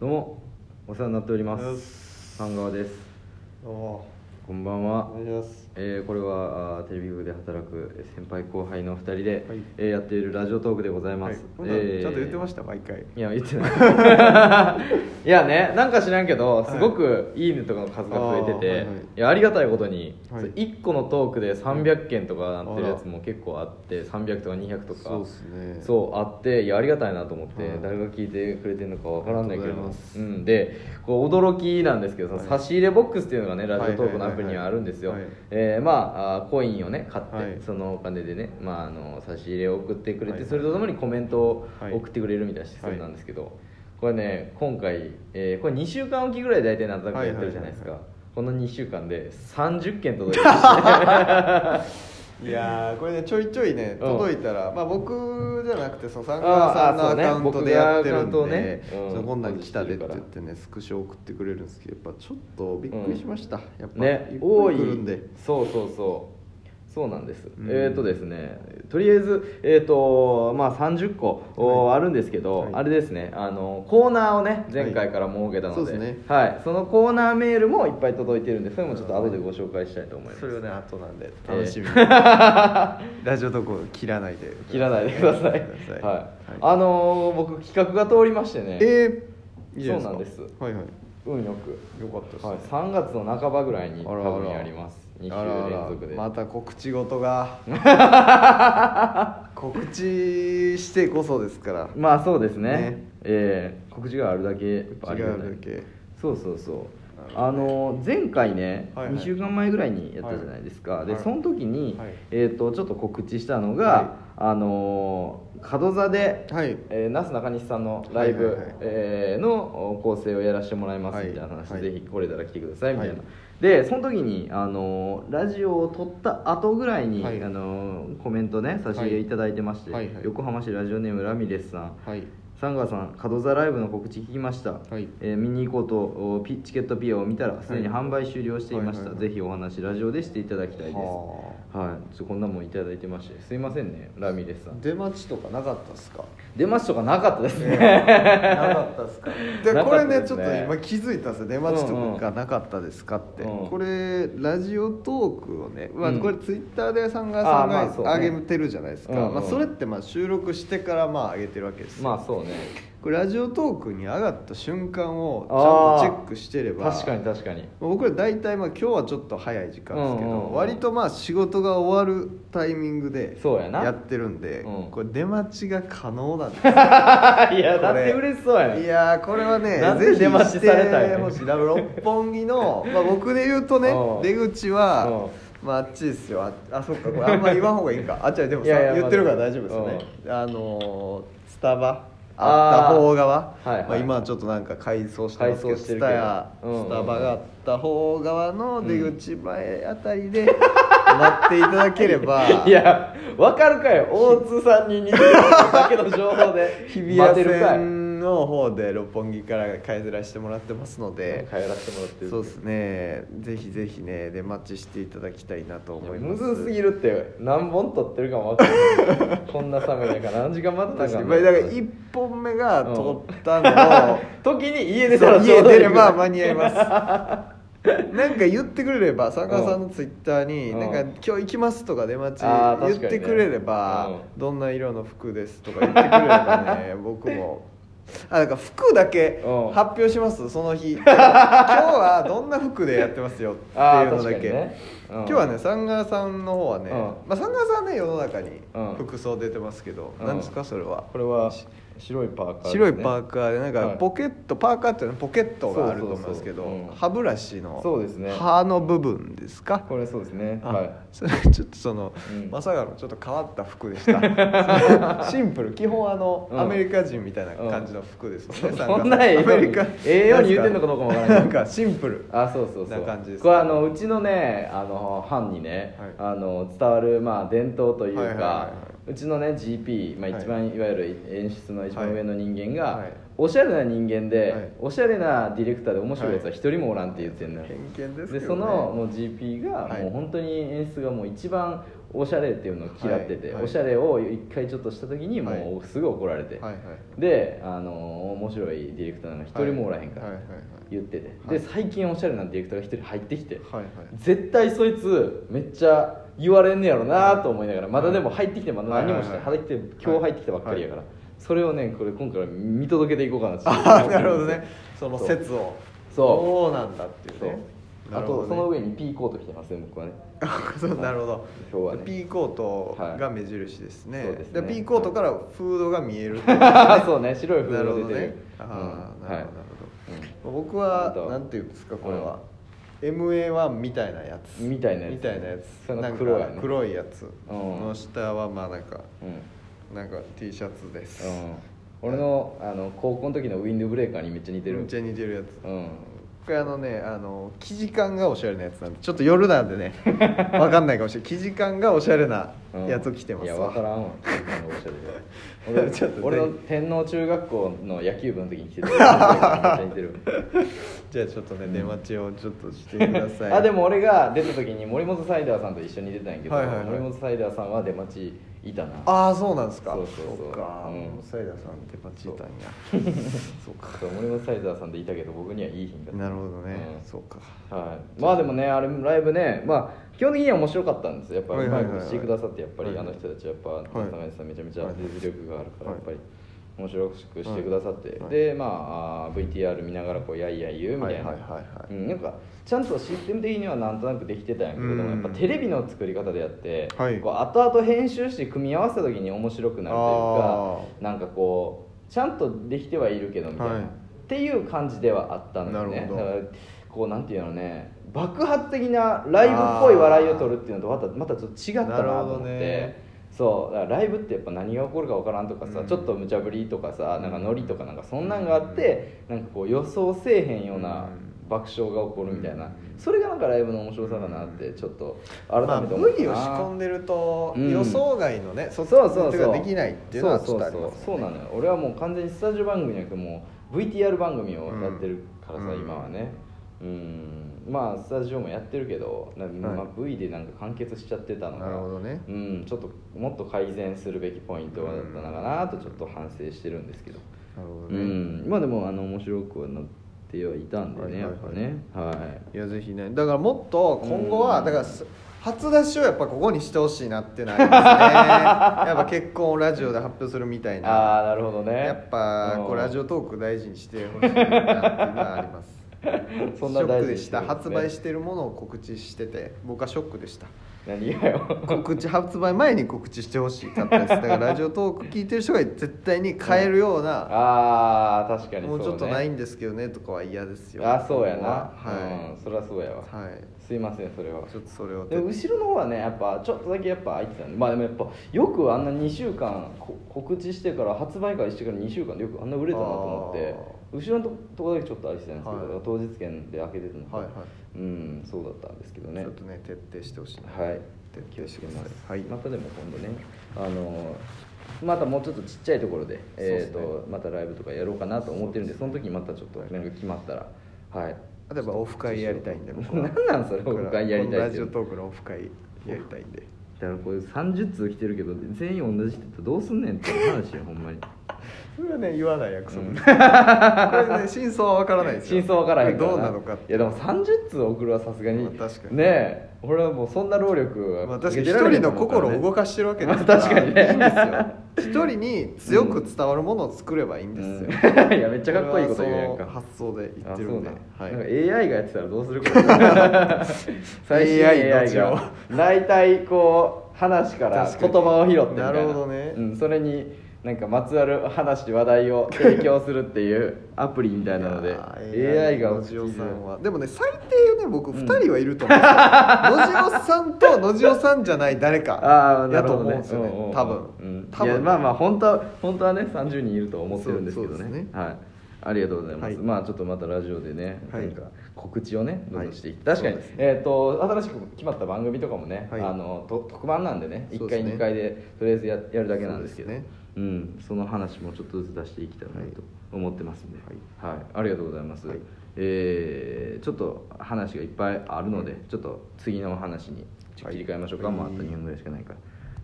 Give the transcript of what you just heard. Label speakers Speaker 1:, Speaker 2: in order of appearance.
Speaker 1: どうもお世話になっておりま
Speaker 2: よ
Speaker 1: す半川です
Speaker 2: どうも
Speaker 1: こんばんは
Speaker 2: お願いします
Speaker 1: えーこれはあーテレビ局で働く先輩後輩の2人で、
Speaker 2: はい
Speaker 1: えーやっているラジオトークでございます、
Speaker 2: はい、えちゃんと言ってま
Speaker 1: し
Speaker 2: した毎回
Speaker 1: いや言ってない いやねなんか知らんけど
Speaker 2: はい
Speaker 1: すごく「いいね」とかの数が増えてて、
Speaker 2: あーはいいはい
Speaker 1: やありがたいことに、
Speaker 2: はい
Speaker 1: そう一1個のトークで300件とかなってるやつ
Speaker 2: あ
Speaker 1: も結構あって300とか200とか
Speaker 2: そうですねう
Speaker 1: そうあっていやありがたいなと思って、
Speaker 2: はい
Speaker 1: 誰が聞いてくれてるのかわからないけれ
Speaker 2: ありがと
Speaker 1: ど
Speaker 2: う
Speaker 1: う
Speaker 2: ございます
Speaker 1: ん、でこう驚きなんですけどさ、
Speaker 2: はい
Speaker 1: 差し入れボックスっていうのがねラジオトークの
Speaker 2: は
Speaker 1: ア
Speaker 2: いはいはいはい
Speaker 1: プリにはあるんですよ、
Speaker 2: はい
Speaker 1: えーまああーコインをね買って、
Speaker 2: はい
Speaker 1: そのお金でね、まあ、あの差し入れを送ってくれて、
Speaker 2: はいはい
Speaker 1: それとともにコメントを
Speaker 2: はい
Speaker 1: 送ってくれるみたいなシステムなんですけど、これね今回、えーこれ2週間おきぐらいで大体なんとなくやってるじゃないですか、
Speaker 2: はい
Speaker 1: この2週間で30件届いてました
Speaker 2: いやーこれねちょいちょいね
Speaker 1: うん
Speaker 2: 届いたら、まあ僕じゃなくてその参
Speaker 1: あ
Speaker 2: 加
Speaker 1: ー
Speaker 2: さ
Speaker 1: あ
Speaker 2: ん
Speaker 1: ー
Speaker 2: の
Speaker 1: そう
Speaker 2: ア
Speaker 1: ね
Speaker 2: カウントでやってる
Speaker 1: 僕がアカ
Speaker 2: ん
Speaker 1: ウントを
Speaker 2: で、
Speaker 1: ねうん
Speaker 2: そのこんなん来たでって言ってねスクショ送ってくれるんですけどやっぱちょっとびっくりしました、やっぱ、
Speaker 1: ね、
Speaker 2: 多
Speaker 1: 多
Speaker 2: い
Speaker 1: い
Speaker 2: っくり来るんで
Speaker 1: そうそうそうそうなんです、
Speaker 2: ん
Speaker 1: えっ、とですねとりあえずえっ、とまあ30個、おあるんですけど、
Speaker 2: はい
Speaker 1: あれですねあのコーナーをね前回から設けたので,、
Speaker 2: そ
Speaker 1: は
Speaker 2: う
Speaker 1: い
Speaker 2: で
Speaker 1: そ
Speaker 2: すね
Speaker 1: のコーナーメールもいっぱい届いてるんでそれもちょっと後でご紹介したいと思います、
Speaker 2: それをね後なんで
Speaker 1: えー
Speaker 2: 楽しみに、ラジオとこ切らないで
Speaker 1: 切らないでください、はい
Speaker 2: はい
Speaker 1: あのー僕企画が通りましてね、
Speaker 2: えー、じゃい
Speaker 1: そうなんです
Speaker 2: はいはい
Speaker 1: 運よく
Speaker 2: よかったですね
Speaker 1: はい、3月の半ばぐらいに多
Speaker 2: あらあら
Speaker 1: 分やります2
Speaker 2: あらあ
Speaker 1: 週
Speaker 2: ら
Speaker 1: 連続で
Speaker 2: また告知事が 告知してこそですから
Speaker 1: まあそうですね
Speaker 2: ね
Speaker 1: ええ告知があるだけやっぱありがたい
Speaker 2: 告知があるだけ
Speaker 1: そうそうそう、
Speaker 2: な
Speaker 1: あの前回ね、
Speaker 2: はいはい
Speaker 1: 2週間前ぐらいにやったじゃないですか、
Speaker 2: はい
Speaker 1: で
Speaker 2: はい
Speaker 1: その時に、
Speaker 2: はい
Speaker 1: えー、とちょっと告知したのが、
Speaker 2: は
Speaker 1: あのー門座で、
Speaker 2: はい
Speaker 1: えーなすなかにしさんのライブ、
Speaker 2: はいはいはい
Speaker 1: えーの構成をやらせてもらいますみたいな話、
Speaker 2: はい
Speaker 1: ぜひ来れたら来てくださいみたいな、
Speaker 2: はい
Speaker 1: でその時に、あのーラジオを撮った後ぐらいに、
Speaker 2: はい
Speaker 1: あのーコメントね差し入れいただいてまして、
Speaker 2: はいはいはい
Speaker 1: 横浜市ラジオネームラミレスさん、
Speaker 2: はい
Speaker 1: 三川さん門座ライブの告知聞きました、
Speaker 2: はい
Speaker 1: えー見に行こうとおピチケットピアを見たらすでに販売終了していました、
Speaker 2: はいはいはい
Speaker 1: ぜひお話ラジオでしていただきたいですは
Speaker 2: はい
Speaker 1: ちょこんなもんいただいてましてすいませんねラミレスさ
Speaker 2: あ
Speaker 1: ん
Speaker 2: 出待ちとかなかったです か
Speaker 1: 出ましとかなかったですね、
Speaker 2: なかったですかで
Speaker 1: な
Speaker 2: こ
Speaker 1: か
Speaker 2: れ
Speaker 1: った
Speaker 2: ね
Speaker 1: で
Speaker 2: ち
Speaker 1: す
Speaker 2: ょっと
Speaker 1: ね
Speaker 2: 今気づいたんですよ出待ちとかがなかったですかって、
Speaker 1: うんうん
Speaker 2: これラジオトークをね、まあ、
Speaker 1: うん
Speaker 2: これツイッターでさんがさん
Speaker 1: あーまあそうね
Speaker 2: が上げてるじゃないですか、
Speaker 1: うんうん
Speaker 2: まあ、それってまあ収録してからまあ上げてるわけですよ
Speaker 1: まあそうね
Speaker 2: これラジオトークに上がった瞬間をちゃんとチェックしてれば
Speaker 1: 確かに確かに
Speaker 2: 僕ら大体まあ今日はちょっと早い時間ですけど、
Speaker 1: うんうんうん
Speaker 2: 割とまあ仕事が終わるタイミングで
Speaker 1: そうやな
Speaker 2: ってるんで、
Speaker 1: うん
Speaker 2: これ出待ちが可能なんですよ
Speaker 1: いや
Speaker 2: これ
Speaker 1: だって嬉しそうや
Speaker 2: い
Speaker 1: ね
Speaker 2: やーこれはね
Speaker 1: なんで
Speaker 2: ぜひ
Speaker 1: 出待ちされたんや
Speaker 2: してほしいだから六本木の、 まあ、僕で言うとね
Speaker 1: うん
Speaker 2: 出口はまあ、あっちですよあ あそっかこれあんま言わん方がいいんかあっちはでもさ
Speaker 1: いやいや
Speaker 2: 言ってるから
Speaker 1: まだ
Speaker 2: 大丈夫ですよね、あのースタバあった
Speaker 1: あー
Speaker 2: 方側
Speaker 1: はいはい
Speaker 2: まあ、今はちょっとなんか改装してますけど
Speaker 1: 改装して
Speaker 2: ス
Speaker 1: るけど
Speaker 2: タや
Speaker 1: うん
Speaker 2: スタバがあった方側の出口前あた りで待っていただければ
Speaker 1: いやわかるかよ大津さんに似てるだけの情報で
Speaker 2: 日比
Speaker 1: 待て
Speaker 2: 谷
Speaker 1: るかい
Speaker 2: 線の方で六本木から帰らしてもらってますので、
Speaker 1: 帰らせてもらってる
Speaker 2: そうですねぜひぜひね出待ちしていただきたいなと思い
Speaker 1: む
Speaker 2: ます
Speaker 1: ずすぎるって何本撮ってるかも分かんないこんな寒い中何時間待った
Speaker 2: 確か
Speaker 1: か
Speaker 2: に
Speaker 1: も
Speaker 2: まあだから1本目が撮ったのを、
Speaker 1: 時に 家出た
Speaker 2: そう
Speaker 1: らちょ
Speaker 2: 家
Speaker 1: うどい
Speaker 2: 出
Speaker 1: い
Speaker 2: れば間
Speaker 1: ぐ
Speaker 2: に合います なんか言ってくれれば佐川さんのツイッターに「
Speaker 1: うん
Speaker 2: なんか今日行きます」とか出待ち
Speaker 1: あー確か
Speaker 2: 言
Speaker 1: にね
Speaker 2: ってくれれば
Speaker 1: う
Speaker 2: 「どんな色の服です」とか言ってくれれば ね僕も。あなんか服だけ
Speaker 1: うん
Speaker 2: 発表しますその日今日はどんな服でやってますよって
Speaker 1: らい
Speaker 2: いうのだ
Speaker 1: あー
Speaker 2: け、
Speaker 1: 確かにねうん
Speaker 2: 今日はねサンガーさんの方はね、
Speaker 1: うん
Speaker 2: まあ、サンガーさんね世の中に
Speaker 1: うん
Speaker 2: 服装出てますけど、
Speaker 1: うん
Speaker 2: なん、何ですかそれは
Speaker 1: これは白いパーカーですね、
Speaker 2: 白いパーカーでなん
Speaker 1: は
Speaker 2: か
Speaker 1: い
Speaker 2: ポケット、パーカーっていうのはポケットがあると思いますけど
Speaker 1: そうそうそううん
Speaker 2: 歯ブラシの
Speaker 1: そうですね
Speaker 2: 歯の部分ですか
Speaker 1: これそうですね
Speaker 2: あ
Speaker 1: は
Speaker 2: それちょっとその、
Speaker 1: うん
Speaker 2: まさかのちょっと変わった服でし たシンプル基本あの、
Speaker 1: うん
Speaker 2: アメリカ人みたいな感じの服ですもんね、
Speaker 1: うん
Speaker 2: 参加
Speaker 1: そんなええように
Speaker 2: アメリカ
Speaker 1: ええように言ってんのかどうかもわからない
Speaker 2: なんかシンプル
Speaker 1: いあそうそうそう
Speaker 2: な感じです
Speaker 1: これあのうちのねあの班にね、
Speaker 2: は
Speaker 1: あの伝わるまあ伝統というか、
Speaker 2: はいはいはいは
Speaker 1: うちのね GP、まあ、一番、い、わゆる演出の一番上の人間が、
Speaker 2: はい
Speaker 1: おしゃれな人間で、
Speaker 2: はい
Speaker 1: おしゃれなディレクターで面白いやつは一人もおらんって言ってんのよ、
Speaker 2: 偏見ですけど、ね、
Speaker 1: でそのもう GP が
Speaker 2: はい
Speaker 1: もう本当に演出がもう一番おしゃれっていうのを嫌ってて、
Speaker 2: はいはい
Speaker 1: おしゃれを一回ちょっとした時に
Speaker 2: はい
Speaker 1: もうすぐ怒られて、
Speaker 2: はいはい
Speaker 1: であのー面白いディレクターなんか一人もおらへんから
Speaker 2: はいはいはい
Speaker 1: 言ってて、
Speaker 2: はい
Speaker 1: で最近おしゃれなディレクターが一人入ってきて、
Speaker 2: はいはい
Speaker 1: 絶対そいつめっちゃ言われんねやろなと思いながらまだでも入ってきてまだ何もしてない
Speaker 2: はいはいはい
Speaker 1: 入ってきて今日入ってきたばっかりやから、それをねこれ今回は見届けていこうかなって
Speaker 2: ああなるほどねその説を
Speaker 1: そう
Speaker 2: どうなんだっていう
Speaker 1: そう
Speaker 2: ね
Speaker 1: あとその
Speaker 2: 上
Speaker 1: 上にピーコート着てますね僕はね
Speaker 2: そうなるほど
Speaker 1: 今日はね
Speaker 2: ピーコートが目印ですね,、
Speaker 1: はいそうですね
Speaker 2: ピーコートからフードが見えるっていう
Speaker 1: そうね白いフ
Speaker 2: な
Speaker 1: ー
Speaker 2: る
Speaker 1: ド
Speaker 2: ほど
Speaker 1: 出てる
Speaker 2: ねああ、
Speaker 1: うん
Speaker 2: な
Speaker 1: はい
Speaker 2: るほどなる
Speaker 1: うん
Speaker 2: ほど、僕
Speaker 1: あ
Speaker 2: は
Speaker 1: と
Speaker 2: なんていうんですかこれは、MA1 みたいなやつ
Speaker 1: みたいなやつ
Speaker 2: みたいなやつ
Speaker 1: その
Speaker 2: なんか
Speaker 1: 黒いやつ
Speaker 2: 黒いやつ
Speaker 1: うん
Speaker 2: の下はまあなんか
Speaker 1: うん
Speaker 2: なんか T シャツです、
Speaker 1: うん、俺のあの高校の時のウィンドブレーカーにめっちゃ似てる
Speaker 2: めっちゃ似てるやつ
Speaker 1: うん
Speaker 2: これあのねあの生地感がおしゃれなやつなんでちょっと夜なんでね わかんないかもしれない生地感がおしゃれな
Speaker 1: うん
Speaker 2: やつを着てます
Speaker 1: いや
Speaker 2: わ
Speaker 1: わから んわおしゃれで俺
Speaker 2: ちょっとね
Speaker 1: 俺の天皇中学校の野球部の時に着て ためっちゃ似てる
Speaker 2: じゃあちょっとね出待ちをちょっとしてください
Speaker 1: あでも俺が出た時に森本サイダーさんと一緒に出てたんやけど、
Speaker 2: はいはいはい
Speaker 1: 森本サイダーさんは出待ちいたな
Speaker 2: ああそうなんですか
Speaker 1: そうそうそう
Speaker 2: っか
Speaker 1: うん
Speaker 2: サイダーさん出待ちいたんやそうか
Speaker 1: そう森本サイダーさんでいたけど僕にはいい品だった
Speaker 2: なるほどね
Speaker 1: うん
Speaker 2: そうか
Speaker 1: はい、まあでもねあれライブねまあ基本的には面白かったんですよやっぱ
Speaker 2: は
Speaker 1: り
Speaker 2: いう
Speaker 1: ま
Speaker 2: はい
Speaker 1: い
Speaker 2: はい
Speaker 1: ことしてくださってやっぱり
Speaker 2: はい
Speaker 1: あの人たちやっぱ
Speaker 2: い
Speaker 1: 高橋さんめちゃめちゃ実力があるから
Speaker 2: は
Speaker 1: や
Speaker 2: い
Speaker 1: っぱり面白くしてくださって、
Speaker 2: はい
Speaker 1: でまああー VTR 見ながらこうやいやい言うみたいな、
Speaker 2: はいはいはいはい
Speaker 1: うん、なんかちゃんとシステム的にはなんとなくできてたんやけれども
Speaker 2: う
Speaker 1: や
Speaker 2: ん
Speaker 1: っぱテレビの作り方でやって、
Speaker 2: はい
Speaker 1: こう後々編集して組み合わせた時に面白くなるというか
Speaker 2: あ
Speaker 1: なんかこうちゃんとできてはいるけどみたいな、
Speaker 2: はい
Speaker 1: っていう感じではあったんだよ
Speaker 2: なる
Speaker 1: ね
Speaker 2: ほ
Speaker 1: だ
Speaker 2: ど
Speaker 1: からこうなんていうのね爆発的なライブっぽい笑いを取るっていうのとまたまたちょっと違ったなと思っ
Speaker 2: なるほど
Speaker 1: て、
Speaker 2: ね
Speaker 1: そうだからライブってやっぱ何が起こるか分からんとかさ、
Speaker 2: うん
Speaker 1: ちょっと無茶ぶりとかさなんかノリとかなんかそんなんがあって、なんかこう予想せえへんような
Speaker 2: うん
Speaker 1: 爆笑が起こるみたいな、
Speaker 2: うん
Speaker 1: それがなんかライブの面白さだなってちょっと改め
Speaker 2: まあ、
Speaker 1: て思
Speaker 2: 無
Speaker 1: った
Speaker 2: 理
Speaker 1: な、
Speaker 2: を仕込んでると
Speaker 1: うん
Speaker 2: 予想外のね、
Speaker 1: そう
Speaker 2: 卒
Speaker 1: そうそう
Speaker 2: 業ができないっていうのはちょっとあります
Speaker 1: そうそうそうそうなのよ俺はもう完全にスタジオ番組じゃなくてもう VTR 番組をやってるからさ、
Speaker 2: うん
Speaker 1: 今はねうんまあスタジオもやってるけど、なまあ、V でなんか完結しちゃってたのが
Speaker 2: なるほどね
Speaker 1: うん、ちょっともっと改善するべきポイントだったのかなとちょっと反省してるんですけど、
Speaker 2: なるほ
Speaker 1: う
Speaker 2: どね、
Speaker 1: ん、まあでもあの面白くはなってはいたんでね、
Speaker 2: はいはいはい
Speaker 1: やっぱねはい
Speaker 2: やぜひねだからもっと今後は、
Speaker 1: うん
Speaker 2: だからす初出しをやっぱここにしてほしいなっていうのはありますねやっぱ結婚をラジオで発表するみた
Speaker 1: い
Speaker 2: いな
Speaker 1: ああなるほどね
Speaker 2: やっぱこうラジ
Speaker 1: オ
Speaker 2: オトーク大事にしてほしいなっていうのはあります
Speaker 1: そんな大事に
Speaker 2: ショックでし
Speaker 1: してる
Speaker 2: た
Speaker 1: んです
Speaker 2: 発
Speaker 1: ね
Speaker 2: 売してるものを告知してて僕はショックでした
Speaker 1: 何がよ
Speaker 2: 告知発売前に告知してほしかったですだからラジオトーク聞いてる人が絶対に買えるような、
Speaker 1: ああ確かに
Speaker 2: もうちょっとない
Speaker 1: ん
Speaker 2: んですけどねとかは嫌ですよ
Speaker 1: あそうやな、
Speaker 2: は
Speaker 1: うん、そりゃそうやわ、
Speaker 2: い、はい、
Speaker 1: すいませんそれは
Speaker 2: ちょっとそれを
Speaker 1: でも後ろの方はねやっぱちょっとだけやっぱ空いてたんでまあでもやっぱよくあんな2週間こ告知してから発売会してから2週間でよくあんな売れたなと思って後ろのとことこだけちょっと空いてたんですけど、
Speaker 2: はい
Speaker 1: 当日券で開けてたので、
Speaker 2: はいはい
Speaker 1: うんそうだったんですけどね
Speaker 2: ちょっとね徹底してほしいな
Speaker 1: はい
Speaker 2: 徹
Speaker 1: 気を
Speaker 2: 底
Speaker 1: つ
Speaker 2: し
Speaker 1: け
Speaker 2: てく
Speaker 1: ま
Speaker 2: ださ
Speaker 1: す、
Speaker 2: い
Speaker 1: またでも今度ねあのまたもうちょっとちっちゃいところでえー
Speaker 2: そうで
Speaker 1: とまたライブとかやろうかなと思ってるんでその時にまたちょっと
Speaker 2: はい
Speaker 1: なんか決まったらはい
Speaker 2: 例えばオフ会やりたいんで僕は
Speaker 1: 何なんそれ
Speaker 2: 僕ら
Speaker 1: 僕がやり
Speaker 2: この
Speaker 1: たい
Speaker 2: ラ
Speaker 1: って
Speaker 2: ジオトークのオフ会やりたいんで
Speaker 1: だからこれ30通来てるけど全員同じ人ってどうすんねんっていう話 よほんまに
Speaker 2: それはね言わない約束、これね真相は分からないですよ
Speaker 1: 真相分からへんから
Speaker 2: どうなのかっ
Speaker 1: い
Speaker 2: て
Speaker 1: やでも30通送るはさすがに,、
Speaker 2: まあ確かに
Speaker 1: ねえ俺はもうそんな労力は
Speaker 2: まあ、
Speaker 1: か
Speaker 2: 確か
Speaker 1: け
Speaker 2: に
Speaker 1: てら
Speaker 2: 一
Speaker 1: れへ
Speaker 2: 人
Speaker 1: んと
Speaker 2: の
Speaker 1: 思うらね
Speaker 2: 心を動かしてるわけです
Speaker 1: まあ 確かにね
Speaker 2: いいんですよ一人に強く伝わるものを作ればいいんですよ、
Speaker 1: うん いやめっちゃかっこいいこと言うやん
Speaker 2: その
Speaker 1: か
Speaker 2: 発想で言ってるんで
Speaker 1: あそう
Speaker 2: はい
Speaker 1: なん、なんか AI がやってたらどうする か最新
Speaker 2: AI の
Speaker 1: AI
Speaker 2: 字を
Speaker 1: が大体こう話から
Speaker 2: 確か
Speaker 1: 言
Speaker 2: に
Speaker 1: 葉を拾ってみたいな
Speaker 2: なるほどね
Speaker 1: うん、それになんかまつわる話話題を提供するっていうアプリみたいなの
Speaker 2: い
Speaker 1: で
Speaker 2: やー
Speaker 1: AI が
Speaker 2: の
Speaker 1: お
Speaker 2: じ
Speaker 1: じ
Speaker 2: お
Speaker 1: お
Speaker 2: さ
Speaker 1: さ
Speaker 2: ん
Speaker 1: んは
Speaker 2: はでもね最低ね僕2人はいると思う、のじおさんとのじおさんじゃない誰
Speaker 1: あ
Speaker 2: か
Speaker 1: あな
Speaker 2: や
Speaker 1: る
Speaker 2: と
Speaker 1: ほど
Speaker 2: 思うん
Speaker 1: ね
Speaker 2: ですよね
Speaker 1: うんうんうん
Speaker 2: 多分、
Speaker 1: うん
Speaker 2: 多
Speaker 1: いや
Speaker 2: 分
Speaker 1: まあまあ本当は本当はね30人いると思ってるんですけど
Speaker 2: そう
Speaker 1: ね
Speaker 2: そうですね
Speaker 1: はいありがとうございます、
Speaker 2: はい
Speaker 1: まあちょっとまたラジオでね、
Speaker 2: はい
Speaker 1: なんか告知をねどんどんしていって、
Speaker 2: はい
Speaker 1: 確かに、
Speaker 2: そうです
Speaker 1: えー、と新しく決まった番組とかもね、
Speaker 2: はい
Speaker 1: あのと特番なんでね
Speaker 2: そ
Speaker 1: 1
Speaker 2: うです
Speaker 1: 回
Speaker 2: ね
Speaker 1: 2回でとりあえずややるだけなんですけど
Speaker 2: そうですね
Speaker 1: うん、その話もちょっとずつ出していきたいな
Speaker 2: はい
Speaker 1: と思ってますんで、はいありがとうございます、
Speaker 2: はい
Speaker 1: えーちょっと話がいっぱいあるので、ちょっと次の話にちょっと切り替えましょうか、
Speaker 2: はい
Speaker 1: もうあと2分ぐらいしかないから。